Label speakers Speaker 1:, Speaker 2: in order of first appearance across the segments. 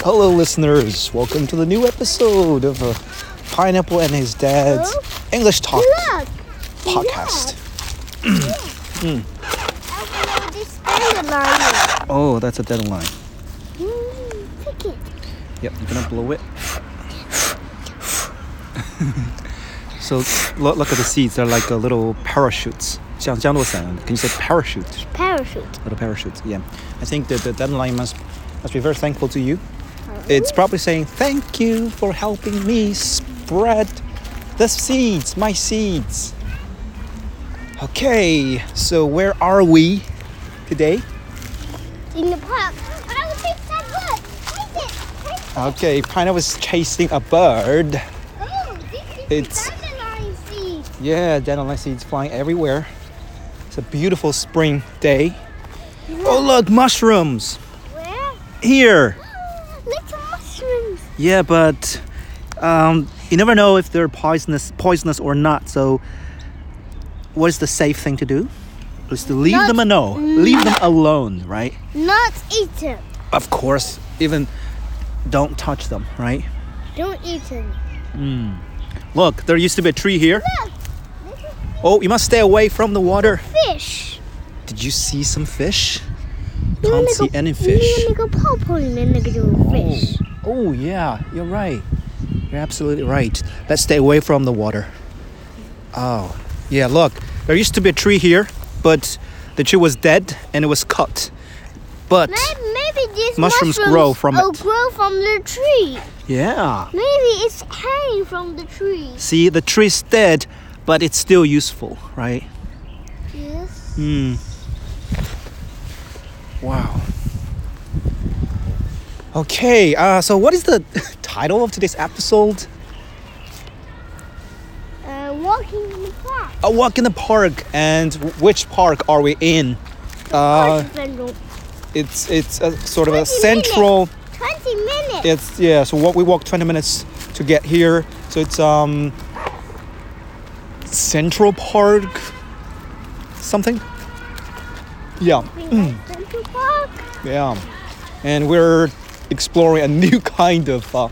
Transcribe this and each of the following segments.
Speaker 1: Hello, listeners. Welcome to the new episode of uh, Pineapple and His Dad's English Talk
Speaker 2: Look.
Speaker 1: podcast.
Speaker 2: I want to stand on
Speaker 1: Oh, that's a deadline.
Speaker 2: it. Mm, pick it.
Speaker 1: Yep, I'm gonna blow it. so look, look at the seeds. They're like uh, little parachutes. 像降落伞. Can you say parachute?
Speaker 2: Parachute.
Speaker 1: Little parachutes. Yeah. I think that the deadline must must be very thankful to you. It's probably saying thank you for helping me spread the seeds, my seeds. Okay, so where are we today?
Speaker 2: In the park. But I will take that bird. Take it. Take it.
Speaker 1: Okay, Pineapple is chasing a bird.
Speaker 2: Oh, this is
Speaker 1: It's-
Speaker 2: the dandelion seed.
Speaker 1: Yeah, dandelion seeds flying everywhere. It's a beautiful spring day. Oh look, mushrooms
Speaker 2: Where?
Speaker 1: here.
Speaker 2: Oh, little mushrooms.
Speaker 1: Yeah, but um, you never know if they're poisonous, poisonous or not. So, what is the safe thing to do? Is to leave
Speaker 2: Not-
Speaker 1: them alone. Leave them alone, right?
Speaker 2: Not eat them.
Speaker 1: Of course, even don't touch them, right?
Speaker 2: Don't eat them.
Speaker 1: Look, there used to be a tree here.
Speaker 2: Look. This is
Speaker 1: Oh, you must stay away from the water.
Speaker 2: fish.
Speaker 1: Did you see some fish?
Speaker 2: You
Speaker 1: Can't
Speaker 2: wanna
Speaker 1: see
Speaker 2: go-
Speaker 1: any fish.
Speaker 2: You wanna go purple and then look at your fish.
Speaker 1: Oh yeah, you're right. You're absolutely right. Let's stay away from the water. Oh, yeah. Look, there used to be a tree here, but the tree was dead and it was cut. But
Speaker 2: Maybe, maybe these
Speaker 1: Mushrooms grow from
Speaker 2: will
Speaker 1: it.
Speaker 2: grow from the tree.
Speaker 1: yeah,
Speaker 2: Maybe it's hanging from the tree.
Speaker 1: see, the tree's dead, but it's still useful, right?
Speaker 2: Yes.
Speaker 1: Hmm. Wow. Okay. Uh, so, what is the title of today's episode?
Speaker 2: Uh, walking in the park.
Speaker 1: A walk in the park. And which park are we in? Uh,
Speaker 2: Park vendor.
Speaker 1: it's it's a sort of a
Speaker 2: 20 minutes.
Speaker 1: central
Speaker 2: 20 minutes.
Speaker 1: it's yeah so what we walk 20 minutes to get here so it's um central park something yeah
Speaker 2: We went to park.
Speaker 1: yeah and we're exploring a new kind of uh,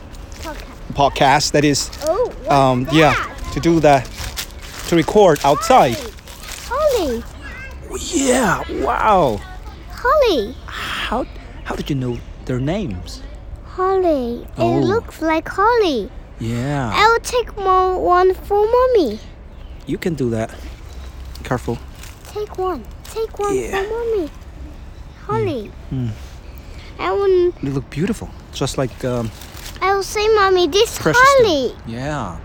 Speaker 2: Okay.
Speaker 1: podcast that is
Speaker 2: Oh, what's
Speaker 1: um
Speaker 2: that?
Speaker 1: yeah to do that to record outside
Speaker 2: Holly.
Speaker 1: yeah wow
Speaker 2: Holly.
Speaker 1: how how did you know their names
Speaker 2: Holly. It
Speaker 1: Oh.
Speaker 2: looks like Holly.
Speaker 1: yeah
Speaker 2: I will take mo- one for mommy.
Speaker 1: you can do that careful
Speaker 2: Take one. Take one
Speaker 1: Yeah. Hmm.
Speaker 2: for mommy. Holly. I will.
Speaker 1: They look beautiful, just like um,
Speaker 2: I will say, mommy, this
Speaker 1: precious. Hmm. stone.
Speaker 2: Holly.
Speaker 1: Yeah,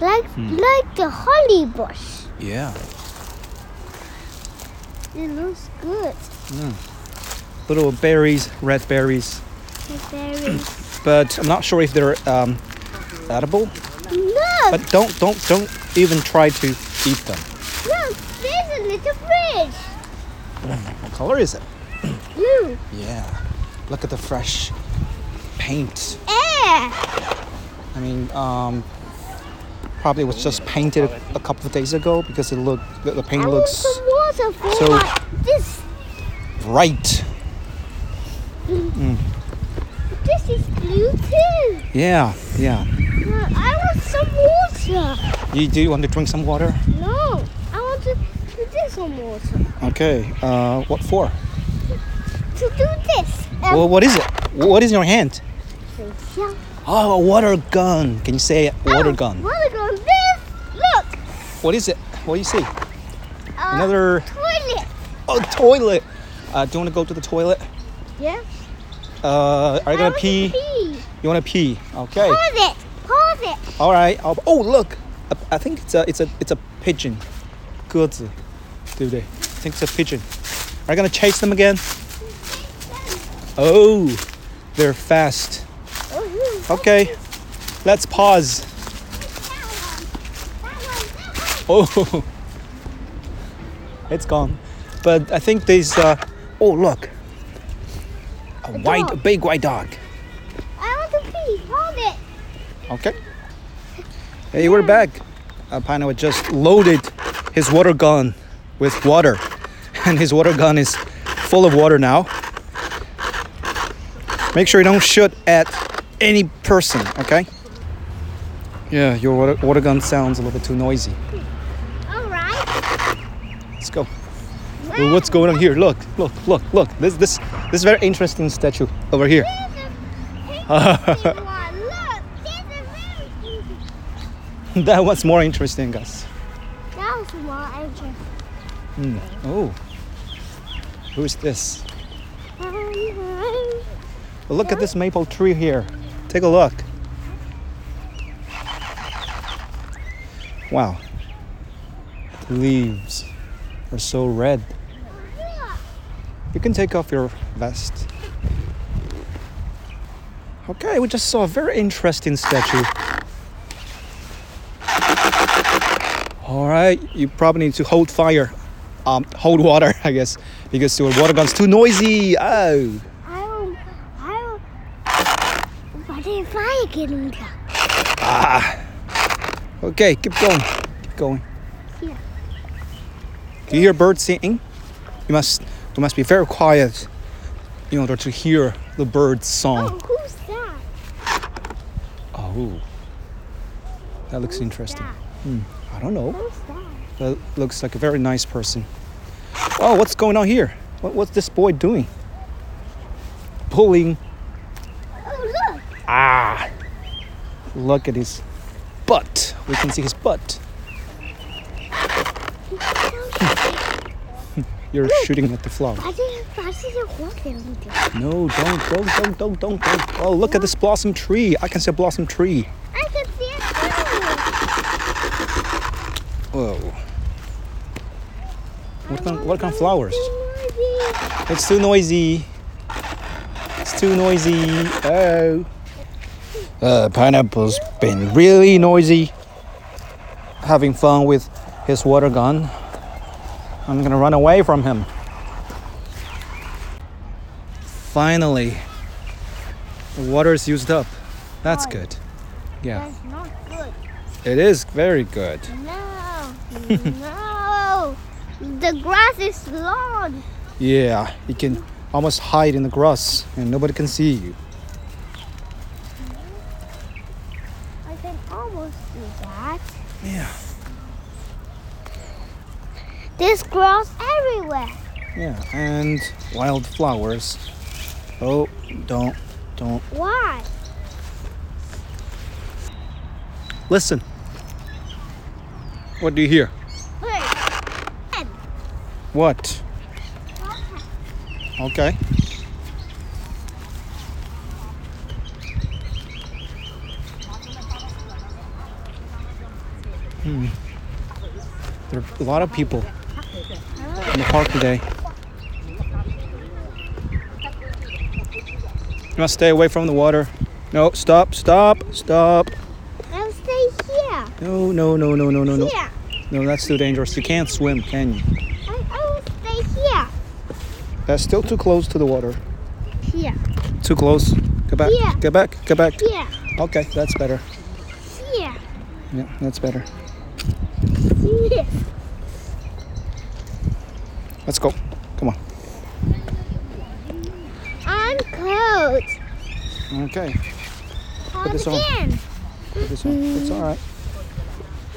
Speaker 2: Like like the holly bush.
Speaker 1: yeah.
Speaker 2: It looks good.
Speaker 1: Little berries, red berries,
Speaker 2: The berries.
Speaker 1: but I'm not sure if they're um, edible.
Speaker 2: look,
Speaker 1: But don't, don't, don't even try to eat them.
Speaker 2: look, there's a little bridge.
Speaker 1: What color is it? Hmm.
Speaker 2: Blue.
Speaker 1: Yeah. Look at the fresh paint.
Speaker 2: Air.
Speaker 1: I mean, um, probably was just painted a couple of days ago because it look the the paint
Speaker 2: I want
Speaker 1: looks
Speaker 2: some water for
Speaker 1: so-
Speaker 2: my this
Speaker 1: bright.
Speaker 2: this is blue too.
Speaker 1: Yeah, yeah.
Speaker 2: No, I want some water.
Speaker 1: You do you want to drink some water?
Speaker 2: No. I want to, to do some water.
Speaker 1: Okay. Uh, what
Speaker 2: Um,
Speaker 1: for?
Speaker 2: To do this. Um,
Speaker 1: Well, what is it? What is in your hand?
Speaker 2: yeah.
Speaker 1: Oh, a water gun. Can you say it? water
Speaker 2: Oh,
Speaker 1: gun?
Speaker 2: Water gun. This look.
Speaker 1: What is it? What do you see?
Speaker 2: Uh,
Speaker 1: Another
Speaker 2: toilet.
Speaker 1: oh toilet. Uh, do you want to go to the toilet?
Speaker 2: Yeah.
Speaker 1: Uh, are you
Speaker 2: I
Speaker 1: gonna
Speaker 2: want to
Speaker 1: pee?
Speaker 2: pee.
Speaker 1: You wanna pee? Okay.
Speaker 2: Pause it. Pause it.
Speaker 1: All right. I'll- oh look, I, I think it's a it's a it's a pigeon. 鸽子，对不对？I think it's a pigeon. Are you gonna chase them again? Oh, they're fast.
Speaker 2: Oh,
Speaker 1: Okay, let's pause. Oh, it's gone. But I think there's. Uh, oh, look. A, white,
Speaker 2: dog.
Speaker 1: big white dog.
Speaker 2: I want to pee. Hold it.
Speaker 1: Okay. Hey, we're back. Uh, Pino had just loaded his water gun with water, and his water gun is full of water now. Make sure you don't shoot at any person, okay? Yeah, your water, water gun sounds a little bit too noisy.
Speaker 2: All right.
Speaker 1: Let's go. Well, what's going on here? Look, look, look, look. This this this very interesting statue over here.
Speaker 2: There's a penguin one. Look, there's a very easy.
Speaker 1: that one's more interesting, guys.
Speaker 2: That was more interesting.
Speaker 1: Hmm. Oh. Who is this? Well, look at this maple tree here. Take a look. Wow. The leaves are so red. You can take off your vest. Okay, we just saw a very interesting statue. All right, you probably need to hold fire, um, hold water, I guess, because your water gun's too noisy. Oh.
Speaker 2: I will. I will. What if I get in there?
Speaker 1: Okay, keep going. Keep going.
Speaker 2: Yeah.
Speaker 1: Do you hear birds singing? You must you must be very quiet in order to hear the birds
Speaker 2: Oh,
Speaker 1: song.
Speaker 2: who's that?
Speaker 1: Oh. That looks interesting.
Speaker 2: That.
Speaker 1: I don't know.
Speaker 2: Who's that?
Speaker 1: That looks like a very nice person. Oh, what's going on here? What, what's this boy doing? Pulling.
Speaker 2: Oh, look.
Speaker 1: Ah. Look at his butt. We can see his butt. You're shooting at the flower.
Speaker 2: What if I see the horse in there?
Speaker 1: No, don't, don't, don't, don't, don't, don't. Oh, look at this blossom tree. I can see a blossom tree.
Speaker 2: I can see it too.
Speaker 1: Whoa. What kind, what kind of flowers? It's too noisy. It's too noisy. Oh. Uh, Pineapple's been really noisy. Having fun with his water gun. I'm gonna run away from him. Finally, the water is used up. That's
Speaker 2: Why?
Speaker 1: good. Yeah,
Speaker 2: That's not good.
Speaker 1: it is very good.
Speaker 2: No. no. The grass is long.
Speaker 1: Yeah, you can almost hide in the grass and nobody can see you.
Speaker 2: I can almost do that.
Speaker 1: Yeah.
Speaker 2: There's grass everywhere.
Speaker 1: Yeah, and wildflowers. Oh, don't, don't.
Speaker 2: Why?
Speaker 1: Listen. What do you hear?
Speaker 2: Hey.
Speaker 1: What? Okay. Hmm. There are a lot of people in the park today. You must stay away from the water. No, stop, stop, stop.
Speaker 2: I'll stay here.
Speaker 1: No, no, no, no, Oh, no, no, no.
Speaker 2: Here.
Speaker 1: No, that's too dangerous. You can't swim, can you?
Speaker 2: I, I will stay here.
Speaker 1: That's still too close to the water.
Speaker 2: Here.
Speaker 1: Too close. Go back.
Speaker 2: Yeah.
Speaker 1: Go back. Go back.
Speaker 2: Here.
Speaker 1: Okay, that's better.
Speaker 2: Here.
Speaker 1: Yeah, that's better.
Speaker 2: Here.
Speaker 1: Let's go. Come on.
Speaker 2: I'm cold.
Speaker 1: Okay.
Speaker 2: Hold
Speaker 1: this on.
Speaker 2: again.
Speaker 1: Put this on. It's all right.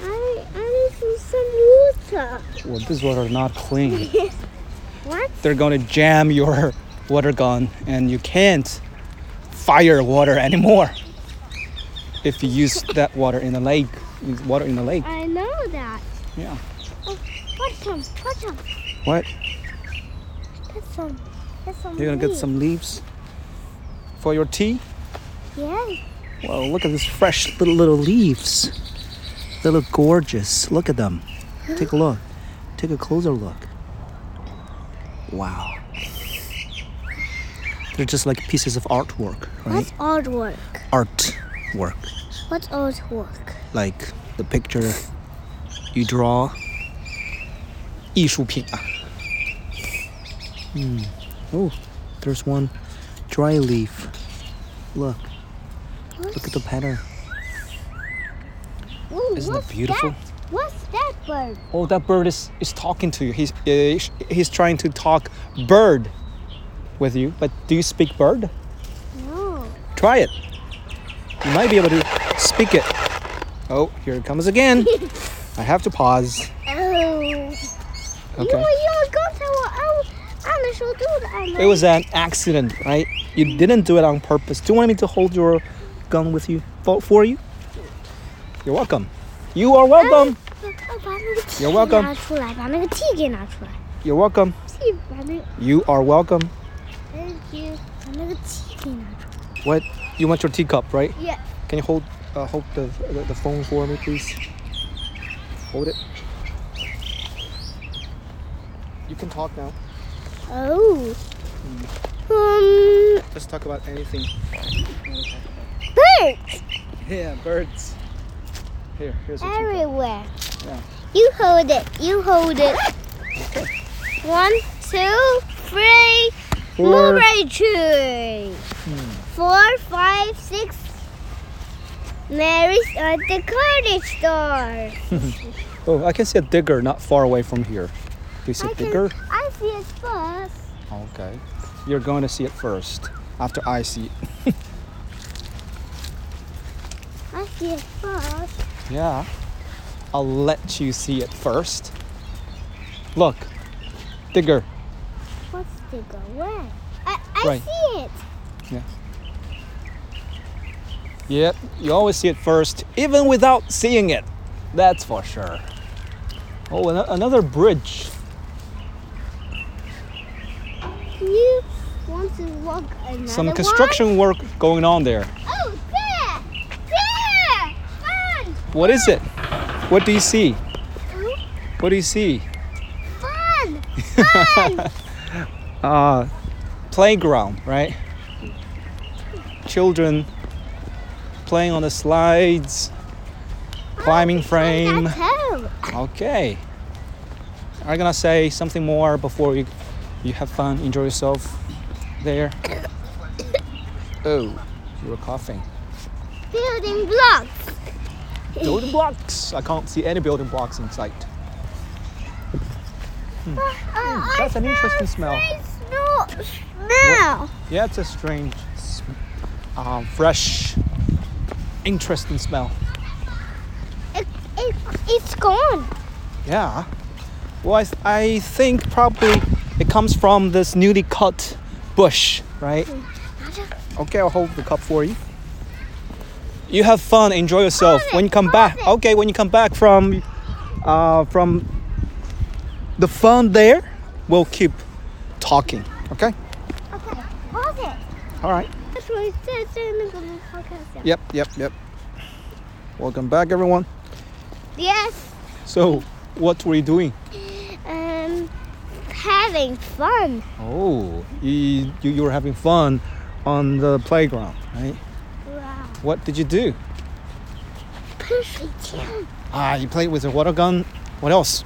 Speaker 2: I, I need some, some water.
Speaker 1: Well, this water not clean.
Speaker 2: What?
Speaker 1: Mm-hmm. They're gonna jam your water gun, and you can't fire water anymore. If you use that water in the lake, use water in the lake.
Speaker 2: I know that.
Speaker 1: Yeah.
Speaker 2: Oh, watch them, watch them.
Speaker 1: What?
Speaker 2: That's some. That's some.
Speaker 1: You're gonna get
Speaker 2: meat.
Speaker 1: some leaves for your tea.
Speaker 2: Yes.
Speaker 1: Well, look at these fresh little little leaves. They look gorgeous. Look at them. Take a look. Take a closer look. Wow. They're just like pieces of artwork, right?
Speaker 2: What's artwork?
Speaker 1: Artwork,
Speaker 2: What's artwork?
Speaker 1: like the picture you draw. 艺术品. Hmm. Oh, there's one dry leaf. Look. Look at the pattern.
Speaker 2: Ooh,
Speaker 1: Isn't it
Speaker 2: what's
Speaker 1: beautiful?
Speaker 2: That? What's that bird?
Speaker 1: Oh, that bird is, is talking to you. He's, uh, sh- he's trying to talk bird with you. But do you speak bird?
Speaker 2: No.
Speaker 1: Try it. You might be able to speak it. Oh, here it comes again. I have to pause.
Speaker 2: Oh. You
Speaker 1: Okay.
Speaker 2: know, you almost got to what I Anna should do that.
Speaker 1: It was an accident, right? You didn't do it on purpose. Do you want me to hold your gun with you for, for you? You're welcome. You are welcome.
Speaker 2: 我把那个
Speaker 1: You're welcome.
Speaker 2: 拿出来，把那个 T 给拿出来。
Speaker 1: You're welcome.
Speaker 2: T 把那个
Speaker 1: You are welcome.
Speaker 2: Thank you 把那个 T 给拿出来。
Speaker 1: What? You want your teacup, right?
Speaker 2: Yeah.
Speaker 1: Can you hold uh, hold the, the the phone for me, please? Hold it. You can talk now.
Speaker 2: Oh. Um.
Speaker 1: Let's talk about anything.
Speaker 2: Birds
Speaker 1: Yeah, birds. Here, here's your teacup.
Speaker 2: everywhere.
Speaker 1: Yeah.
Speaker 2: You hold it. You hold it. One, two, three.
Speaker 1: Four. Hmm.
Speaker 2: Mulberry tree. Four, five, six. Mary's at the cottage store.
Speaker 1: Oh, I can see a digger not far away from here. Do you see
Speaker 2: I
Speaker 1: a
Speaker 2: can-
Speaker 1: digger?
Speaker 2: I see it first.
Speaker 1: Okay. You're going to see it first after I see it.
Speaker 2: I see it first.
Speaker 1: Yeah. I'll let you see it first. Look. Digger.
Speaker 2: What's the go where? I, I
Speaker 1: Right.
Speaker 2: see it.
Speaker 1: Yep, you always see it first, even without seeing it. That's for sure. Oh, an- another bridge.
Speaker 2: You want to walk another
Speaker 1: Some construction work going on there.
Speaker 2: One? Oh, there! There! Fun!
Speaker 1: What is it? What do you see?
Speaker 2: Oh,
Speaker 1: What do you see?
Speaker 2: fun!
Speaker 1: Uh, playground, right? Children playing on the slides, climbing frame.
Speaker 2: That's home.
Speaker 1: Okay. Are you gonna say something more before you you have fun, enjoy yourself there? oh, you were coughing.
Speaker 2: Building blocks.
Speaker 1: Building blocks. I can't see any building blocks in sight.
Speaker 2: Oh,
Speaker 1: Hmm, That's an interesting smell.
Speaker 2: smell. Smell.
Speaker 1: Yeah, it's a strange, sm- um, fresh, interesting smell.
Speaker 2: It, it, it's gone.
Speaker 1: Yeah. Well, I, th- I think probably it comes from this newly cut bush, right? Okay, I'll hold the cup for you. You have fun, enjoy yourself.
Speaker 2: Hold it,
Speaker 1: When you come
Speaker 2: hold
Speaker 1: back,
Speaker 2: it.
Speaker 1: okay, when you come back from uh, from the fun there, we'll keep talking. Okay?
Speaker 2: Okay, hold it.
Speaker 1: All right.
Speaker 2: That's what it says in the Google podcast.
Speaker 1: Yep, yep, yep. Welcome back everyone.
Speaker 2: Yes,
Speaker 1: So, what were you doing?
Speaker 2: um, having fun.
Speaker 1: Oh, you you, you were having fun on the playground, right?
Speaker 2: Wow.
Speaker 1: What did you do?
Speaker 2: Perfect.
Speaker 1: Ah, you played with a water gun. What else?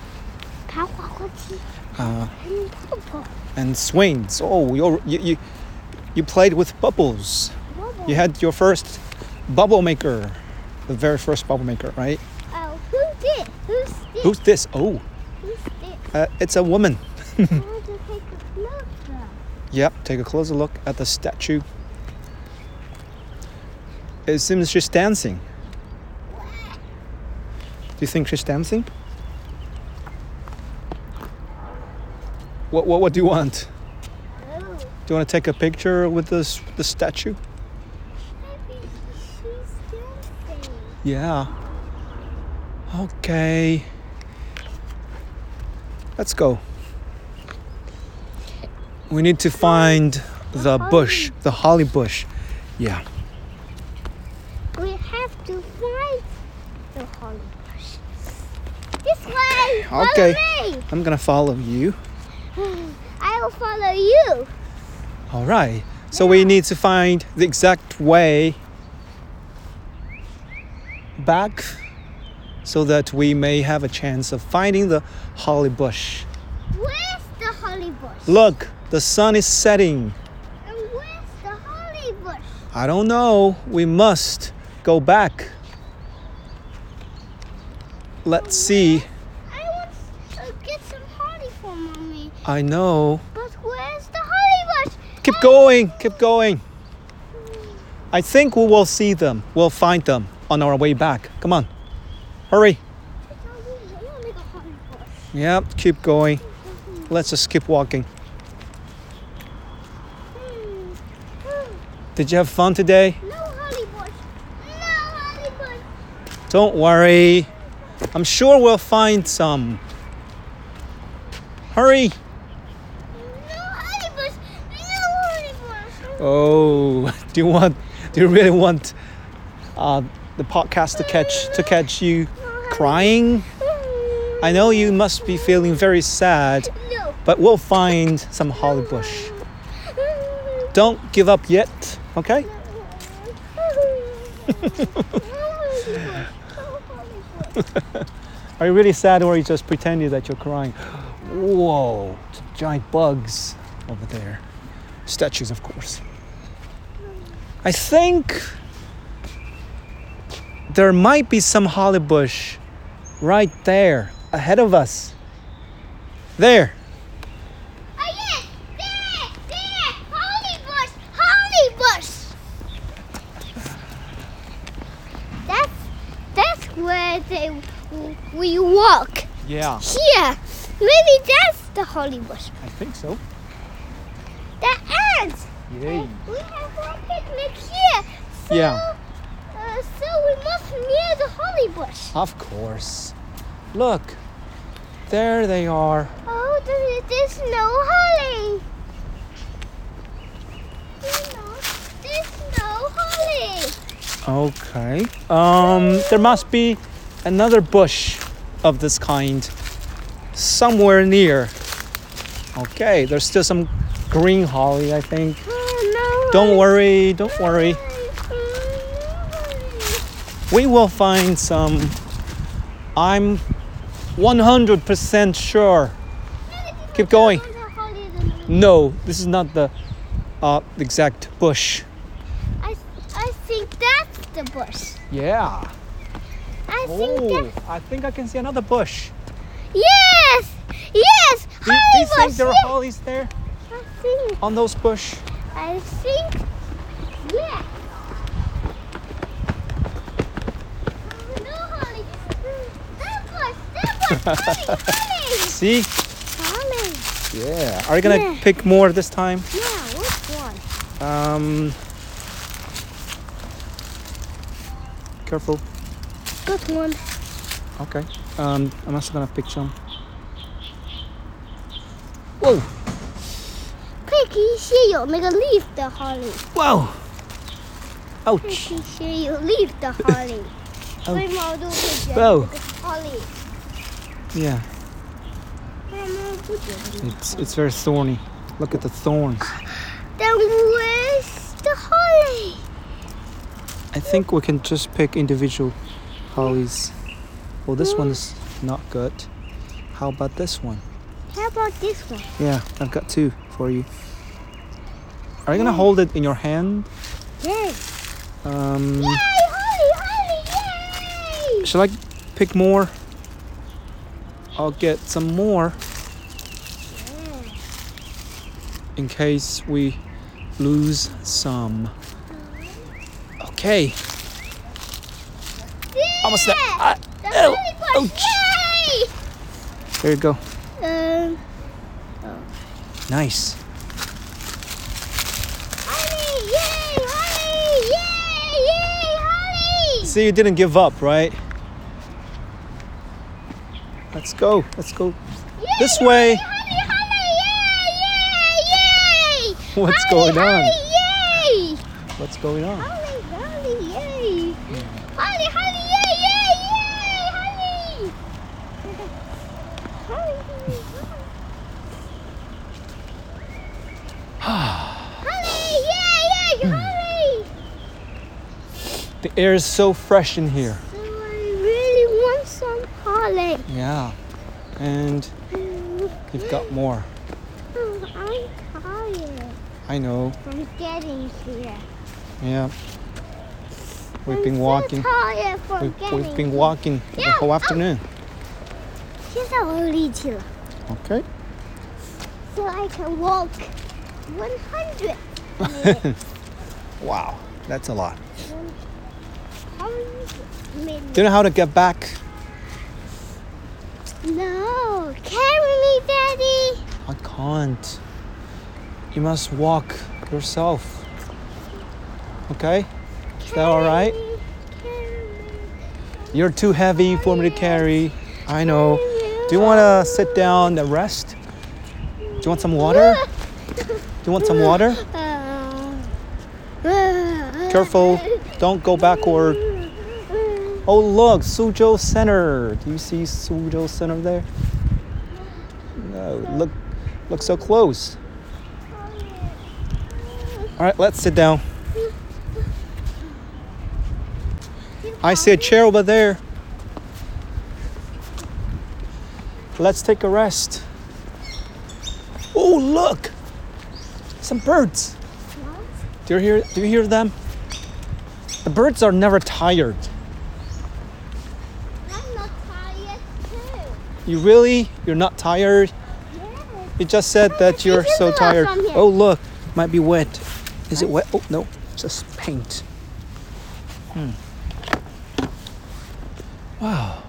Speaker 2: 爬滑滑梯
Speaker 1: Uh,
Speaker 2: 还能泡泡。
Speaker 1: and swings. Oh, you're, you you you played with bubbles. You had your first bubble maker, the very first bubble maker, right?
Speaker 2: Oh, who did? Who's this?
Speaker 1: Who's this? Oh,
Speaker 2: Who's this?
Speaker 1: uh, it's a woman.
Speaker 2: I want to take a look.
Speaker 1: Yep. Take a closer look at the statue. It seems she's dancing. Do you think she's dancing? What what what do you want?
Speaker 2: Oh,
Speaker 1: Do you want to take a picture with this the statue?
Speaker 2: maybe she's dancing.
Speaker 1: Yeah. Okay. Let's go. We need to find the bush, the holly bush. Yeah.
Speaker 2: We have to find the holly bush. This way. Follow
Speaker 1: Okay.
Speaker 2: me.
Speaker 1: I'm gonna follow you.
Speaker 2: I will follow you.
Speaker 1: All right. So we need to find the exact way back so that we may have a chance of finding the holly bush.
Speaker 2: Where's the holly bush?
Speaker 1: Look, the sun is setting.
Speaker 2: And where's the holly bush?
Speaker 1: I don't know. We must go back. Let's see.
Speaker 2: I want to get some holly for mommy.
Speaker 1: I know.
Speaker 2: But where's the holly bush?
Speaker 1: Keep going. Keep going. I think we will see them. We'll find them on our way back. Come on. Hurry. Yep, keep going. Let's just keep walking. Did you have fun today?
Speaker 2: Hmm. No holly bush. No holly bush.
Speaker 1: Don't worry. I'm sure we'll find some. Hurry.
Speaker 2: No holly bush. No holly bush.
Speaker 1: Oh, do you want? Do you really want uh, the podcast to catch to catch you crying? I know you must be feeling very sad,
Speaker 2: No.
Speaker 1: but we'll find some holly bush. Don't give up yet, okay? Are you really sad or are you just pretending that you're crying? Whoa, giant bugs over there. Statues, of course. I think there might be some holly bush right there ahead of us. There.
Speaker 2: Oh yes, there, there, holly bush, holly bush. That's that's where they we walk.
Speaker 1: Yeah,
Speaker 2: Here, maybe that's the holly bush.
Speaker 1: I think so.
Speaker 2: That ends.
Speaker 1: Yay.
Speaker 2: We have one picnic here. So,
Speaker 1: Yeah.
Speaker 2: Uh, so we must near the holly bush.
Speaker 1: Of course. Look, there they are.
Speaker 2: Oh, there- there's no holly. There's no- There's no holly.
Speaker 1: Okay. Um, there must be another bush of this kind somewhere near. Okay, there's still some green holly, I think.
Speaker 2: Oh, no
Speaker 1: Don't
Speaker 2: holly.
Speaker 1: worry, don't worry. We will find some. I'm 100% sure. Keep going. No, this is not the uh, exact bush.
Speaker 2: I, I think that's the bush.
Speaker 1: Yeah.
Speaker 2: I think
Speaker 1: Oh,
Speaker 2: that.
Speaker 1: I think I can see another bush.
Speaker 2: Yes! Yes!
Speaker 1: Do you, do you
Speaker 2: Holly
Speaker 1: think
Speaker 2: bush!
Speaker 1: there are
Speaker 2: yes.
Speaker 1: hollies there
Speaker 2: I think.
Speaker 1: on those bush?
Speaker 2: I think. Yeah. Oh, No, Holly. That bush! That bush! Holly!
Speaker 1: See?
Speaker 2: Holly! Holly!
Speaker 1: Yeah. Are you gonna
Speaker 2: Yeah.
Speaker 1: pick more this time?
Speaker 2: Yeah, what's one?
Speaker 1: Um. Careful.
Speaker 2: Good one.
Speaker 1: Okay. Um, I'm also gonna pick some. Whoa!
Speaker 2: 可以可以先有那个 leaf 的 holly，
Speaker 1: Whoa!
Speaker 2: 可
Speaker 1: Ouch!
Speaker 2: 以先有 leaf 的 holly，
Speaker 1: 哦
Speaker 2: 灰毛都不觉得
Speaker 1: Wow.
Speaker 2: 这个 holly，
Speaker 1: Yeah,
Speaker 2: 灰毛不觉得。
Speaker 1: it's it's very thorny. Look at the thorns.
Speaker 2: Then where's the holly？
Speaker 1: I think we can just pick individual hollies. Well, this one is not good. How about this one?
Speaker 2: How about this one？
Speaker 1: Yeah, I've got two for you. Are you gonna hold it in your hand?
Speaker 2: Yes。
Speaker 1: Um,
Speaker 2: Yay, holly, holly, yay!
Speaker 1: Shall I pick more? I'll get some more in case we lose some. Okay. Almost there. Ah,
Speaker 2: The
Speaker 1: ow,
Speaker 2: holly bush, yay!
Speaker 1: there you go.
Speaker 2: Um,
Speaker 1: Nice.
Speaker 2: holly, yay, holly, yay, yay, holly!
Speaker 1: See, you didn't give up, right? Let's go. Let's go.
Speaker 2: Yay,
Speaker 1: This way.
Speaker 2: Holly, holly, yay, yay, yay!
Speaker 1: What's
Speaker 2: Holly,
Speaker 1: going on?
Speaker 2: Holly, yay!
Speaker 1: What's going on?
Speaker 2: Holly, Holly, yay! Holly, Holly, yay, yay, yay! Holly! Holly, Holly, Holly, yay, yay, Holly!
Speaker 1: The air is so fresh in here.
Speaker 2: So I really want some Holly.
Speaker 1: Yeah. And
Speaker 2: Mm,
Speaker 1: you've got more.
Speaker 2: oh, I'm tired
Speaker 1: I know.
Speaker 2: from getting here.
Speaker 1: Yeah. We've
Speaker 2: I'm
Speaker 1: been
Speaker 2: so
Speaker 1: walking.
Speaker 2: tired from
Speaker 1: We've,
Speaker 2: getting
Speaker 1: we've been walking for the
Speaker 2: Yeah,
Speaker 1: whole
Speaker 2: oh.
Speaker 1: afternoon.
Speaker 2: 现在我有力气了。
Speaker 1: Okay.
Speaker 2: so I can walk 100.
Speaker 1: Wow. That's a lot.
Speaker 2: How are you? Min-
Speaker 1: Do you know how to get back?
Speaker 2: No, carry me, Daddy.
Speaker 1: I can't. You must walk yourself. Okay? Is that all right?
Speaker 2: Carry me, carry me.
Speaker 1: You're too heavy for me to carry. I know. Do you want to sit down and rest? Do you want some water? Do you want some water?
Speaker 2: Uh,
Speaker 1: Careful. Don't go
Speaker 2: uh,
Speaker 1: backward. Oh, look, Suzhou Center. Do you see Suzhou Center there? No, look, look so close. All right, let's sit down. I see a chair over there. Let's take a rest. Oh, look, some birds. Do you hear? Do you hear them? The birds are never tired.
Speaker 2: I'm not tired too.
Speaker 1: You really? You're not tired?
Speaker 2: Yes.
Speaker 1: You just said that you're
Speaker 2: This is
Speaker 1: so
Speaker 2: the last
Speaker 1: tired.
Speaker 2: one here.
Speaker 1: Oh, look, might be wet. Is it wet? Oh, no, just paint. Hmm. Wow.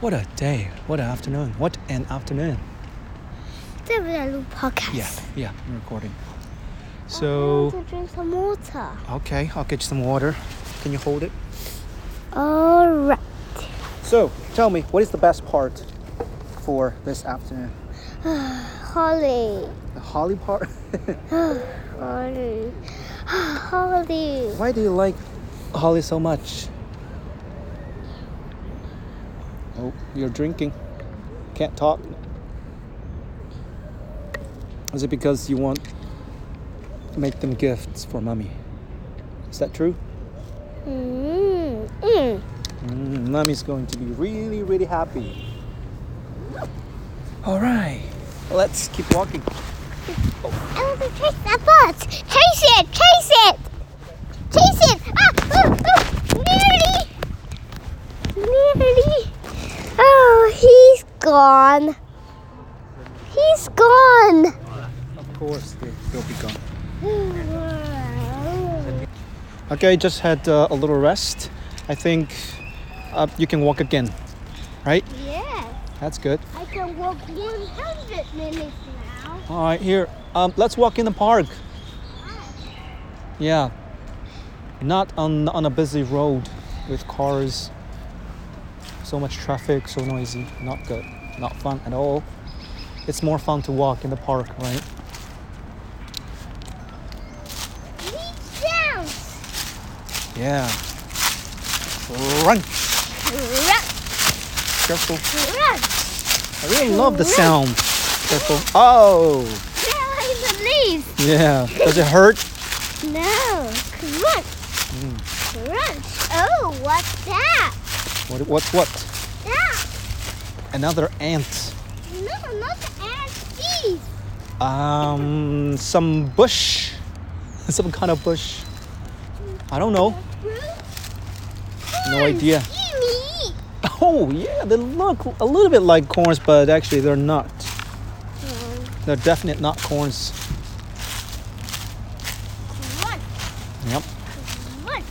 Speaker 1: What a day. What an afternoon. What an afternoon.
Speaker 2: That was a little podcast.
Speaker 1: Yeah, yeah, I'm recording. So,
Speaker 2: to drink some water.
Speaker 1: okay, I'll get you some water. Can you hold it?
Speaker 2: All right.
Speaker 1: So, tell me, what is the best part for this afternoon?
Speaker 2: Holly.
Speaker 1: The holly part?
Speaker 2: Holly. Holly.
Speaker 1: Why do you like Holly so much? Oh, you're drinking. Can't talk. Is it because you want to make them gifts for mommy? Is that true?
Speaker 2: Mm. Mm.
Speaker 1: Mm, mommy's going to be really, really happy. All right, let's keep walking.
Speaker 2: I want to chase that bus. Chase it. Chase it. Chase it. Ah. Oh, oh. Nearly. Nearly. Oh, he's gone. He's gone.
Speaker 1: Of course, they- they'll be gone. Okay, just had uh, a little rest. I think uh, you can walk again, right?
Speaker 2: Yeah.
Speaker 1: That's good.
Speaker 2: I can walk 100 minutes now.
Speaker 1: All right, here. Um, let's walk in the park. Yeah. Not on on a busy road with cars. So much traffic, so noisy. Not good. Not fun at all. It's more fun to walk in the park, right?
Speaker 2: Reach down.
Speaker 1: Yeah. Run,
Speaker 2: Run,
Speaker 1: careful.
Speaker 2: run.
Speaker 1: I really love the sound. Careful. Oh,
Speaker 2: Now I believe.
Speaker 1: yeah. Does it hurt?
Speaker 2: No. Crunch. Crunch. Oh, what's that?
Speaker 1: What? What? What?
Speaker 2: That.
Speaker 1: Another ant.
Speaker 2: No, not the ant. Bees.
Speaker 1: Um, some bush, some kind of bush. I don't know. No idea.
Speaker 2: Eat me.
Speaker 1: Oh yeah, they look a little bit like corns, but actually they're not. They're definitely not corns.
Speaker 2: Crunch,
Speaker 1: Yep.
Speaker 2: crunch.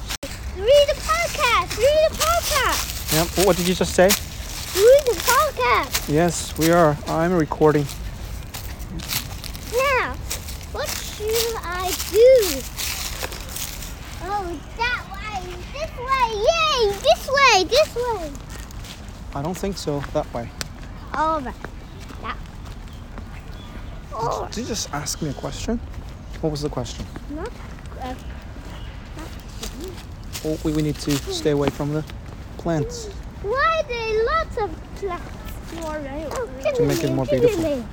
Speaker 2: Read the podcast. Read the podcast.
Speaker 1: Yep. oh, What did you just say?
Speaker 2: Read the podcast.
Speaker 1: Yes, we are. I'm recording.
Speaker 2: Now, what should I do? Oh, that way, this way, yay, this way, this way.
Speaker 1: I don't think so. That way.
Speaker 2: All right, that. Oh,
Speaker 1: Did you just ask me a question? What was the question?
Speaker 2: not. Uh,
Speaker 1: Oh, we, we need to stay away from the plants.
Speaker 2: why are there lots of plants?
Speaker 1: To make it more beautiful.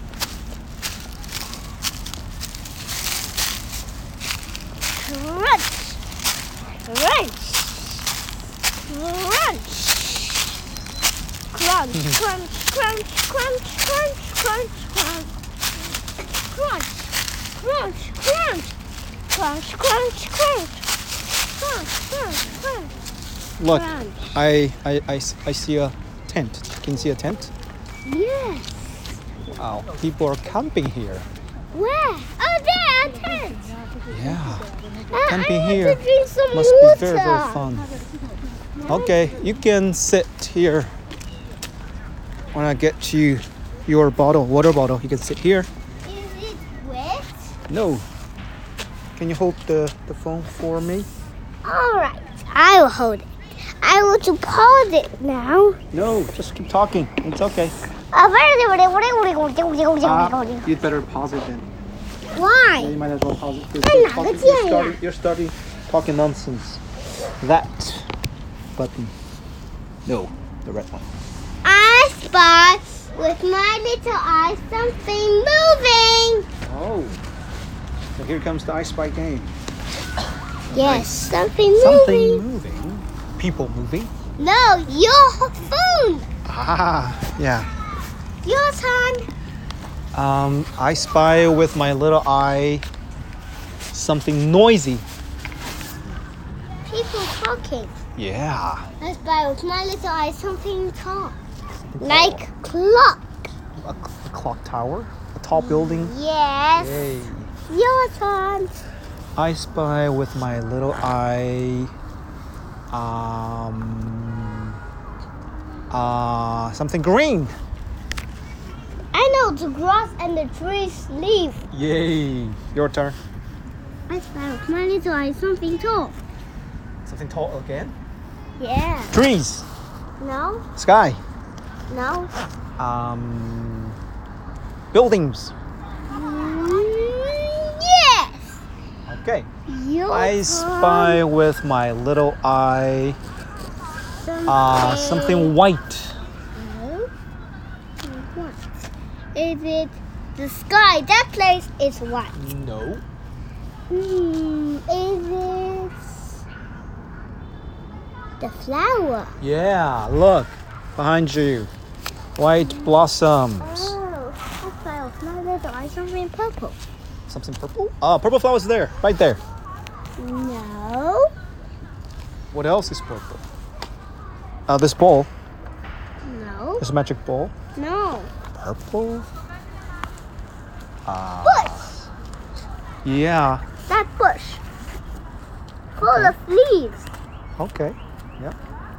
Speaker 2: Crunch, crunch, crunch, crunch, crunch, crunch, crunch, crunch, crunch, crunch, crunch, crunch, crunch, crunch, crunch, crunch, crunch, crunch, crunch.
Speaker 1: Look,
Speaker 2: Crunch.
Speaker 1: I, I, I, s- I see a tent. Can you see a tent?
Speaker 2: Yes.
Speaker 1: Wow, people are camping here.
Speaker 2: Where? Oh, there, our tent.
Speaker 1: Yeah.
Speaker 2: I,
Speaker 1: Can
Speaker 2: I
Speaker 1: be
Speaker 2: want
Speaker 1: here.
Speaker 2: to drink some
Speaker 1: Must
Speaker 2: water.
Speaker 1: be very, very fun. Okay, you can sit here. When I get you your bottle, water bottle, you can sit here.
Speaker 2: Is it wet?
Speaker 1: No. Can you hold the, the phone for me?
Speaker 2: All right. I will hold it. I want to pause it now. Oh,
Speaker 1: No, just keep talking. It's okay. Ah,
Speaker 2: Why?
Speaker 1: you'd better pause it then. Yeah, you might as well pause it. 'cause
Speaker 2: I'm
Speaker 1: You're,
Speaker 2: not
Speaker 1: talking, you're,
Speaker 2: gonna say
Speaker 1: starting, you're starting talking nonsense. That button. No, the red one.
Speaker 2: I spot with my little eye something moving.
Speaker 1: Oh. So here comes the ice spy game.
Speaker 2: Yes, something
Speaker 1: Something
Speaker 2: moving.
Speaker 1: moving. People moving.
Speaker 2: No, your phone.
Speaker 1: Ah, yeah.
Speaker 2: Your turn.
Speaker 1: Um, I spy with my little eye something noisy.
Speaker 2: People talking.
Speaker 1: Yeah.
Speaker 2: I spy with my little eye something tall. Like clock.
Speaker 1: A, c- a clock tower, a tall building.
Speaker 2: Yes.
Speaker 1: Yay.
Speaker 2: Your turn.
Speaker 1: I spy with my little eye. Um. Uh, something green.
Speaker 2: I know the grass and the trees leaf.
Speaker 1: Yay! Your turn.
Speaker 2: I spy with my little eye something tall.
Speaker 1: Something tall again.
Speaker 2: Yeah.
Speaker 1: Trees.
Speaker 2: No.
Speaker 1: Sky.
Speaker 2: No.
Speaker 1: Um. Buildings.
Speaker 2: Mm, yes.
Speaker 1: Okay.
Speaker 2: Your
Speaker 1: I spy with my little eye
Speaker 2: turn.
Speaker 1: uh, something white.
Speaker 2: No. What? Is it the sky? That place is white.
Speaker 1: No.
Speaker 2: Hmm. Is it the flower?
Speaker 1: Yeah, look behind you. White blossoms.
Speaker 2: Oh, I spy with my little eye something purple.
Speaker 1: Something purple? Oh, purple flowers there, right there.
Speaker 2: No.
Speaker 1: What else is purple? Uh, this ball,
Speaker 2: No.
Speaker 1: this magic ball.
Speaker 2: No.
Speaker 1: Purple? Ah.
Speaker 2: Bush.
Speaker 1: Yeah,
Speaker 2: That bush. Full of leaves.
Speaker 1: okay.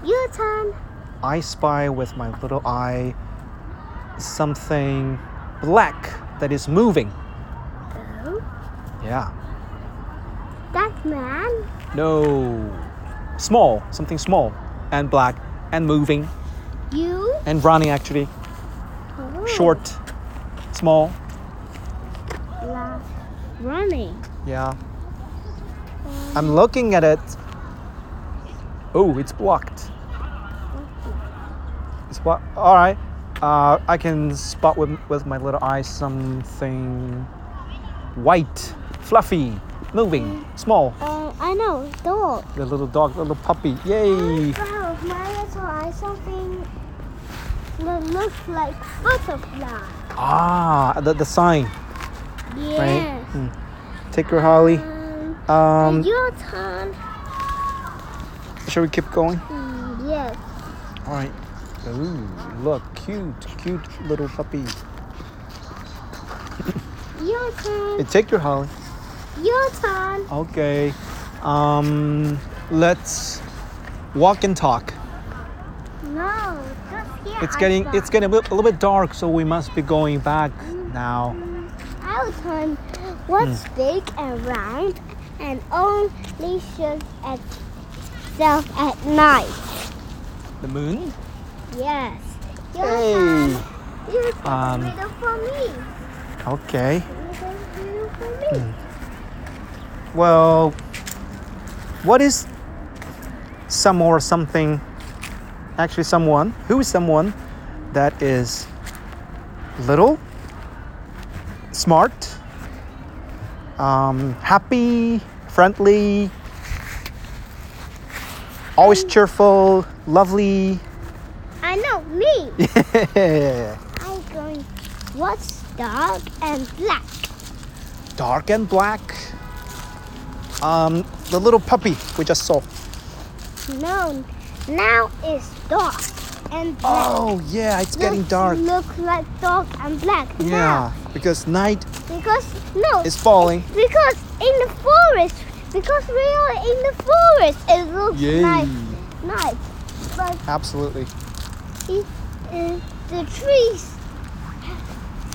Speaker 2: Your turn.
Speaker 1: I spy with my little eye something black that is moving.
Speaker 2: Oh,
Speaker 1: Yeah.
Speaker 2: that man.
Speaker 1: No. Small, something small and black and moving
Speaker 2: You.
Speaker 1: and running actually.
Speaker 2: Oh,
Speaker 1: Short, small.
Speaker 2: la- Running.
Speaker 1: Yeah. I'm looking at it. Oh, it's blocked. It's blocked. All right. Uh, I can spot with, with my little eye something white, fluffy, moving, small.
Speaker 2: Uh, I know. Dog.
Speaker 1: The little dog, little puppy. Yay!
Speaker 2: Wow, my little eye something that looks like butterfly.
Speaker 1: Ah, the, the sign, right?
Speaker 2: Yes.
Speaker 1: Mm. Take her, Holly.
Speaker 2: Um,
Speaker 1: Um,
Speaker 2: your turn.
Speaker 1: Shall we keep going?
Speaker 2: Mm, Yes.
Speaker 1: All right. Ooh, look, cute, cute little puppy.
Speaker 2: Your turn.
Speaker 1: Hey, take your Holly.
Speaker 2: Your turn.
Speaker 1: Okay. Um, let's walk and talk.
Speaker 2: No. Just here.
Speaker 1: It's
Speaker 2: I
Speaker 1: getting
Speaker 2: spy.
Speaker 1: it's getting a bit- a little bit dark, so we must be going back now.
Speaker 2: Our turn. What's
Speaker 1: Hmm.
Speaker 2: big and round and only shows itself at night?
Speaker 1: The moon.
Speaker 2: Yes. Your turn.
Speaker 1: Hey.
Speaker 2: You can
Speaker 1: Um,
Speaker 2: riddle for me.
Speaker 1: Okay.
Speaker 2: You can riddle for me.
Speaker 1: hmm. Well, what is some or something? Actually, someone. Who is someone that is little, smart, um, happy, friendly, always cheerful, lovely?
Speaker 2: I know me.
Speaker 1: Yeah.
Speaker 2: I'm going. What's dark and black?
Speaker 1: Dark and black. Um, the little puppy we just saw.
Speaker 2: No, now it's dark and black.
Speaker 1: Oh, yeah, it's getting
Speaker 2: Looks-
Speaker 1: dark.
Speaker 2: Look like dark and black.
Speaker 1: Yeah, because night
Speaker 2: Now, because no,
Speaker 1: is falling.
Speaker 2: because in the forest, because we are in the forest, it looks
Speaker 1: Yay.
Speaker 2: nice, nice. But
Speaker 1: Absolutely.
Speaker 2: it, uh, the trees ha-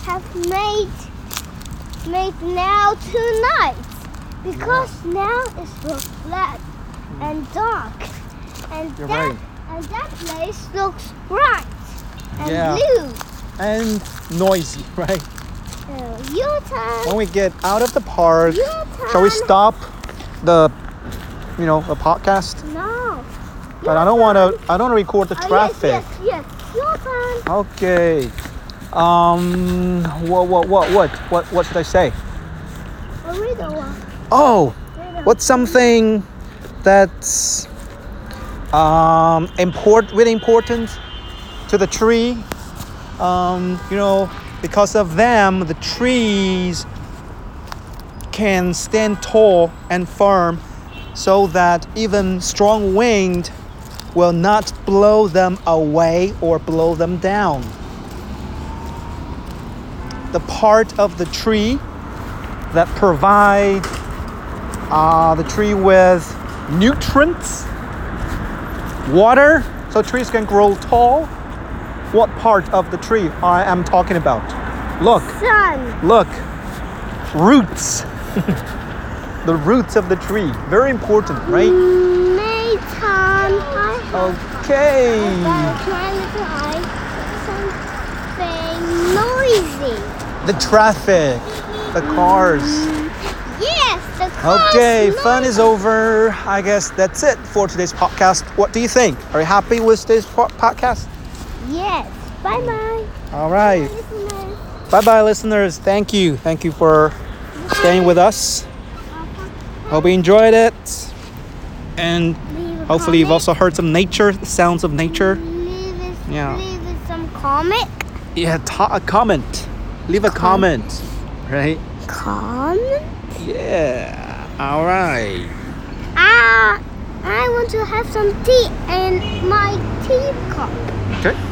Speaker 2: have made made now two nights because now it's looks black and dark, and
Speaker 1: You're
Speaker 2: that
Speaker 1: right.
Speaker 2: and that place looks bright and
Speaker 1: Yeah.
Speaker 2: blue.
Speaker 1: And noisy, right?
Speaker 2: Uh, your turn.
Speaker 1: When we get out of the park,
Speaker 2: Your
Speaker 1: Oh. shall we
Speaker 2: turn.
Speaker 1: stop the, you know, the podcast?
Speaker 2: No.
Speaker 1: But I don't want to. I don't want to record the
Speaker 2: Oh,
Speaker 1: traffic.
Speaker 2: Yes, yes, yes. Your turn.
Speaker 1: Okay. Um. What? What? What? What? What? What should I say?
Speaker 2: Oh, read the one.
Speaker 1: Oh,
Speaker 2: Read the
Speaker 1: what's something that's um import really important to the tree? Um, you know, because of them, the trees can stand tall and firm, so that even strong wind will not blow them away or blow them down. The part of the tree that provide uh, the tree with nutrients, water, so trees can grow tall. What part of the tree I am talking about? Look,
Speaker 2: Sun.
Speaker 1: look, roots. the roots of the tree, very important, right?
Speaker 2: Nathan. I
Speaker 1: Okay.
Speaker 2: am trying to find something noisy.
Speaker 1: The traffic, the cars.
Speaker 2: Yes, the car.
Speaker 1: Okay,
Speaker 2: is
Speaker 1: fun
Speaker 2: noisy.
Speaker 1: is over. I guess that's it for today's podcast. What do you think? Are you happy with today's po- podcast?
Speaker 2: Yes. Bye bye.
Speaker 1: All right. Bye bye, listeners. Thank you. Thank you for staying with us. Hope you enjoyed it. And hopefully, you've also heard some nature, the sounds of nature.
Speaker 2: Leave us,
Speaker 1: Yeah.
Speaker 2: leave us some comic.
Speaker 1: Yeah, ta- a comment. Leave a comment. Right?
Speaker 2: Comment.
Speaker 1: Yeah. All right.
Speaker 2: Ah, I want to have some tea in my teacup.
Speaker 1: Okay.